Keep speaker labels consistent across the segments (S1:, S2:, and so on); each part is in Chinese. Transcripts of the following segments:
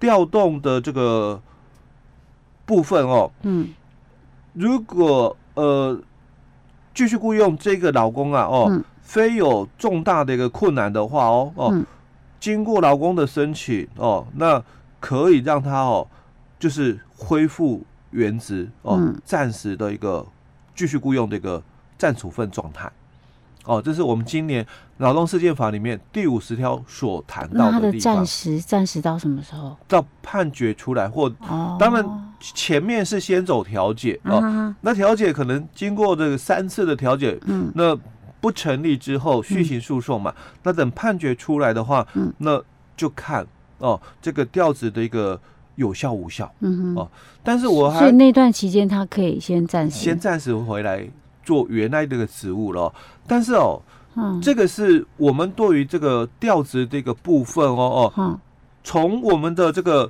S1: 调动的这个部分哦，
S2: 嗯
S1: 如果呃继续雇佣这个劳工啊哦，
S2: 嗯
S1: 非有重大的一个困难的话哦哦，
S2: 嗯
S1: 经过劳工的申请哦，那可以让它哦，就是恢复原职哦
S2: 嗯，
S1: 暂时的一个继续雇佣的一个暂处分状态。哦，这是我们今年劳动事件法里面第五十条所谈
S2: 那
S1: 到
S2: 他
S1: 的
S2: 的
S1: 地
S2: 暂
S1: 方，
S2: 时暂时到什么时候？
S1: 到判决出来或
S2: 哦，
S1: 当然前面是先走调解哦，
S2: 啊，
S1: 那调解可能经过这个三次的调解，
S2: 嗯，
S1: 那不成立之后续行诉讼嘛，那等判决出来的话，
S2: 嗯
S1: 那就看哦这个调子的一个有效无效。
S2: 嗯哼，
S1: 哦但是我
S2: 所以
S1: 还
S2: 那段期间他可以先暂时，
S1: 先暂时回来做原来这个职务了哦，但是哦，
S2: 嗯，
S1: 这个是我们对于这个调职这个部分哦哦，
S2: 嗯
S1: 从我们的这个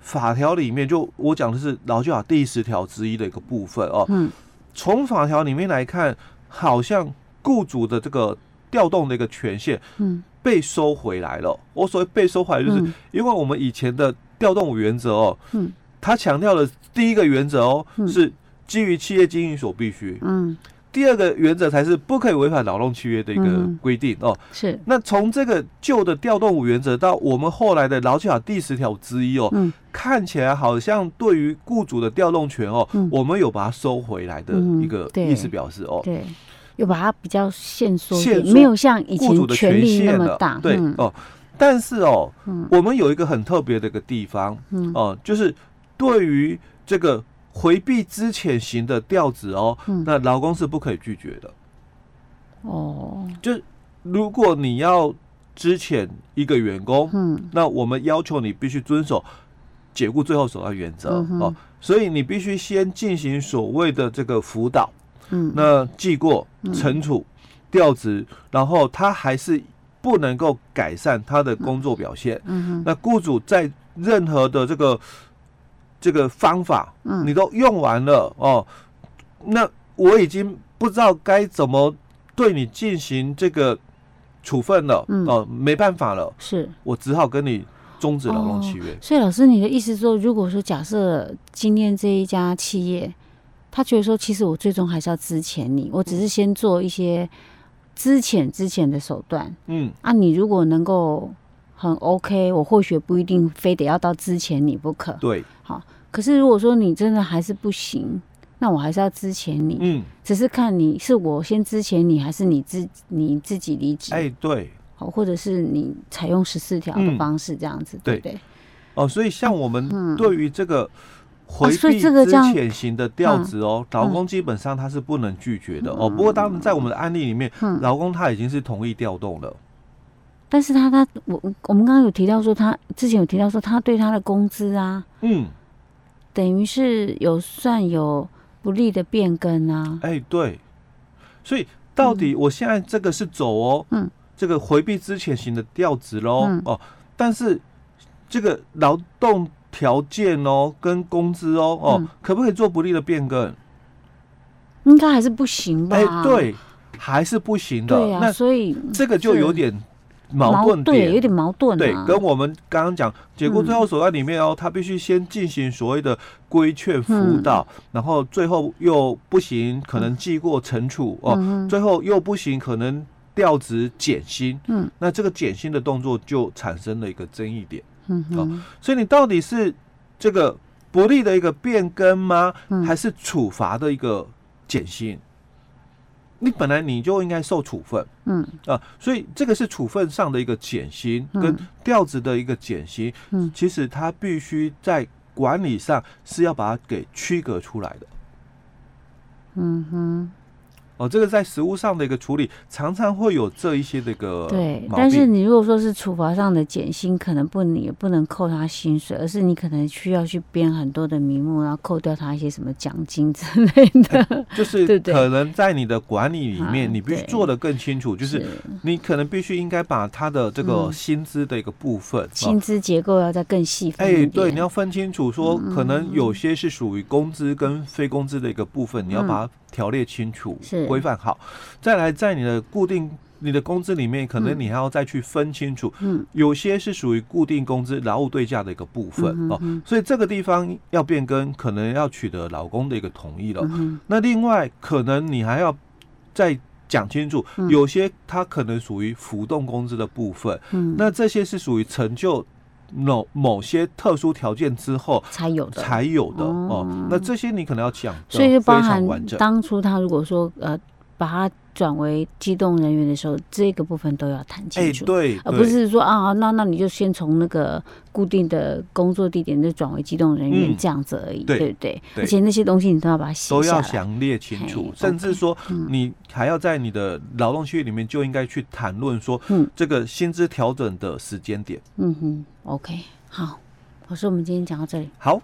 S1: 法条里面，就我讲的是劳教法第十条之一的一个部分哦，
S2: 嗯
S1: 从法条里面来看，好像雇主的这个调动的一个权限
S2: 嗯，
S1: 被收回来了。我所谓被收回来，就是
S2: 嗯
S1: 因为我们以前的调动原则哦，
S2: 嗯
S1: 它强调的第一个原则哦
S2: 嗯
S1: 是基于企业经营所必须，
S2: 嗯，
S1: 第二个原则才是不可以违反劳动契约的一个
S2: 嗯
S1: 规定哦。
S2: 是，
S1: 那从这个旧的调动原则到我们后来的劳基法第十条之一哦，
S2: 嗯
S1: 看起来好像对于雇主的调动权哦，
S2: 嗯
S1: 我们有把它收回来的
S2: 嗯
S1: 一个
S2: 对
S1: 意思表示哦。
S2: 对，又把它比较限缩一
S1: 限
S2: 点，
S1: 缩
S2: 没有像以
S1: 雇主
S2: 前
S1: 的
S2: 权
S1: 权
S2: 力那
S1: 限
S2: 么
S1: 了，
S2: 大，
S1: 对
S2: 嗯
S1: 哦。但是哦，
S2: 嗯
S1: 我们有一个很特别的一个地方
S2: 嗯
S1: 哦、就是对于这个回避之前型的调子哦，
S2: 嗯
S1: 那劳工是不可以拒绝的。
S2: 哦，
S1: 就是如果你要之前一个员工，
S2: 嗯
S1: 那我们要求你必须遵守解雇最后手段原则、
S2: 嗯哼
S1: 哦，所以你必须先进行所谓的这个辅导，
S2: 嗯，
S1: 那记过、惩处、调职，然后他还是不能够改善他的工作表现。
S2: 嗯
S1: 那雇主在任何的这个这个方法，
S2: 嗯
S1: 你都用完了哦，那我已经不知道该怎么对你进行这个处分了，
S2: 嗯
S1: 哦，没办法了。
S2: 是。
S1: 我只好跟你终止劳
S2: 哦
S1: 动契约。
S2: 所以老师，你的意思说，如果说假设今天这一家企业，他觉得说，其实我最终还是要支遣你，我只是先做一些支遣支遣的手段
S1: 嗯，
S2: 啊，你如果能够很 OK，我或许不一定非得要到支遣你不可。
S1: 对，
S2: 可是如果说你真的还是不行，那我还是要支遣你，
S1: 嗯，
S2: 只是看你是我先支遣你，还是你自你自己离职，
S1: 哎，对，
S2: 好或者是你采用十四条的
S1: 嗯
S2: 方式这样子，
S1: 对
S2: 对不对？
S1: 哦，所以像我们对于这个回
S2: 嗯哦所以
S1: 避
S2: 这个
S1: 之
S2: 这样嗯
S1: 前型的调子哦，劳工基本上他是不能拒绝的哦。不过当然在我们的案例里面，
S2: 嗯
S1: 劳工他已经是同意调动了，
S2: 但是他他我我们刚刚有提到说他之前有提到说他对他的工资啊，
S1: 嗯，
S2: 等于是有算有不利的变更啊，
S1: 哎，对，所以到底我现在这个是走哦，
S2: 嗯，
S1: 这个回避之前型的调子喽，
S2: 嗯
S1: 哦，但是这个劳动条件哦跟工资哦，哦，
S2: 嗯
S1: 可不可以做不利的变更？
S2: 应该还是不行吧？
S1: 哎、对，还是不行的。
S2: 对啊，
S1: 那
S2: 所以
S1: 这个就是有点矛盾
S2: 对，
S1: 点，
S2: 有点矛盾
S1: 对
S2: 啊。
S1: 跟我们刚刚讲解雇最后手段里面哦，他必须先进行所谓的规劝辅导，然后最后又不行，可能记过惩处哦，
S2: 嗯哼
S1: 最后又不行，可能调职减薪。
S2: 嗯
S1: 那这个减薪的动作就产生了一个争议点，
S2: 嗯哼
S1: 所以你到底是这个不利的一个变更吗？
S2: 嗯
S1: 还是处罚的一个减薪？你本来你就应该受处分
S2: 嗯
S1: 啊，所以这个是处分上的一个减薪，
S2: 嗯
S1: 跟调职的一个减薪，
S2: 嗯
S1: 其实它必须在管理上是要把它给区隔出来的
S2: 嗯哼，
S1: 哦。这个在实务上的一个处理，常常会有这一些这个
S2: 对。
S1: 哦呃毛
S2: 但是
S1: 病
S2: 你如果说是处罚上的减薪，可能不你也不能扣他薪水，而是你可能需要去编很多的名目，然后扣掉他一些什么奖金之类的。
S1: 就是
S2: 对对
S1: 可能在你的管理里面，
S2: 啊
S1: 你必须
S2: 对
S1: 做得更清楚， 就是你可能必须应该把它的这个
S2: 嗯
S1: 薪资的一个部分，哦
S2: 薪资结构要再更细分
S1: 哎、
S2: 一点。嗯
S1: 对，你要分清楚，说可能有些是属于工资跟非工资的一个部分，你要把它条列清楚
S2: 嗯是、
S1: 规范好。再来，在你的固定你的工资里面，可能你还要再去分清楚，
S2: 嗯，
S1: 有些是属于固定工资、劳务对价的一个部分、
S2: 嗯哼
S1: 哦
S2: 哼。
S1: 所以这个地方要变更，可能要取得劳工的一个同意了。
S2: 嗯
S1: 那另外，可能你还要再讲清楚，
S2: 嗯
S1: 有些它可能属于浮动工资的部分，
S2: 哼，嗯
S1: 那这些是属于成就某某些特殊条件之后
S2: 才有的，
S1: 才有的哦、
S2: 哦
S1: 那这些你可能要讲得
S2: 所以就
S1: 非
S2: 包
S1: 常
S2: 含
S1: 完整。
S2: 当初他如果说呃把他转为机动人员的时候，这个部分都要谈清
S1: 哎、
S2: 楚。
S1: 对，
S2: 而
S1: 对
S2: 不是说啊，那那你就先从那个固定的工作地点就转为机动人员
S1: 嗯
S2: 这样子而已，
S1: 对
S2: 对不对？
S1: 对
S2: 而且那些东西你都要把它写
S1: 都
S2: 下
S1: 要
S2: 来。
S1: 详列清
S2: 嘿嗯
S1: 楚，甚至说你还要在你的劳动区域里面就应该去谈论说
S2: 嗯，
S1: 这个薪资调整的时间点。
S2: 嗯哼，OK，好，老师，我们今天讲到这里。
S1: 好，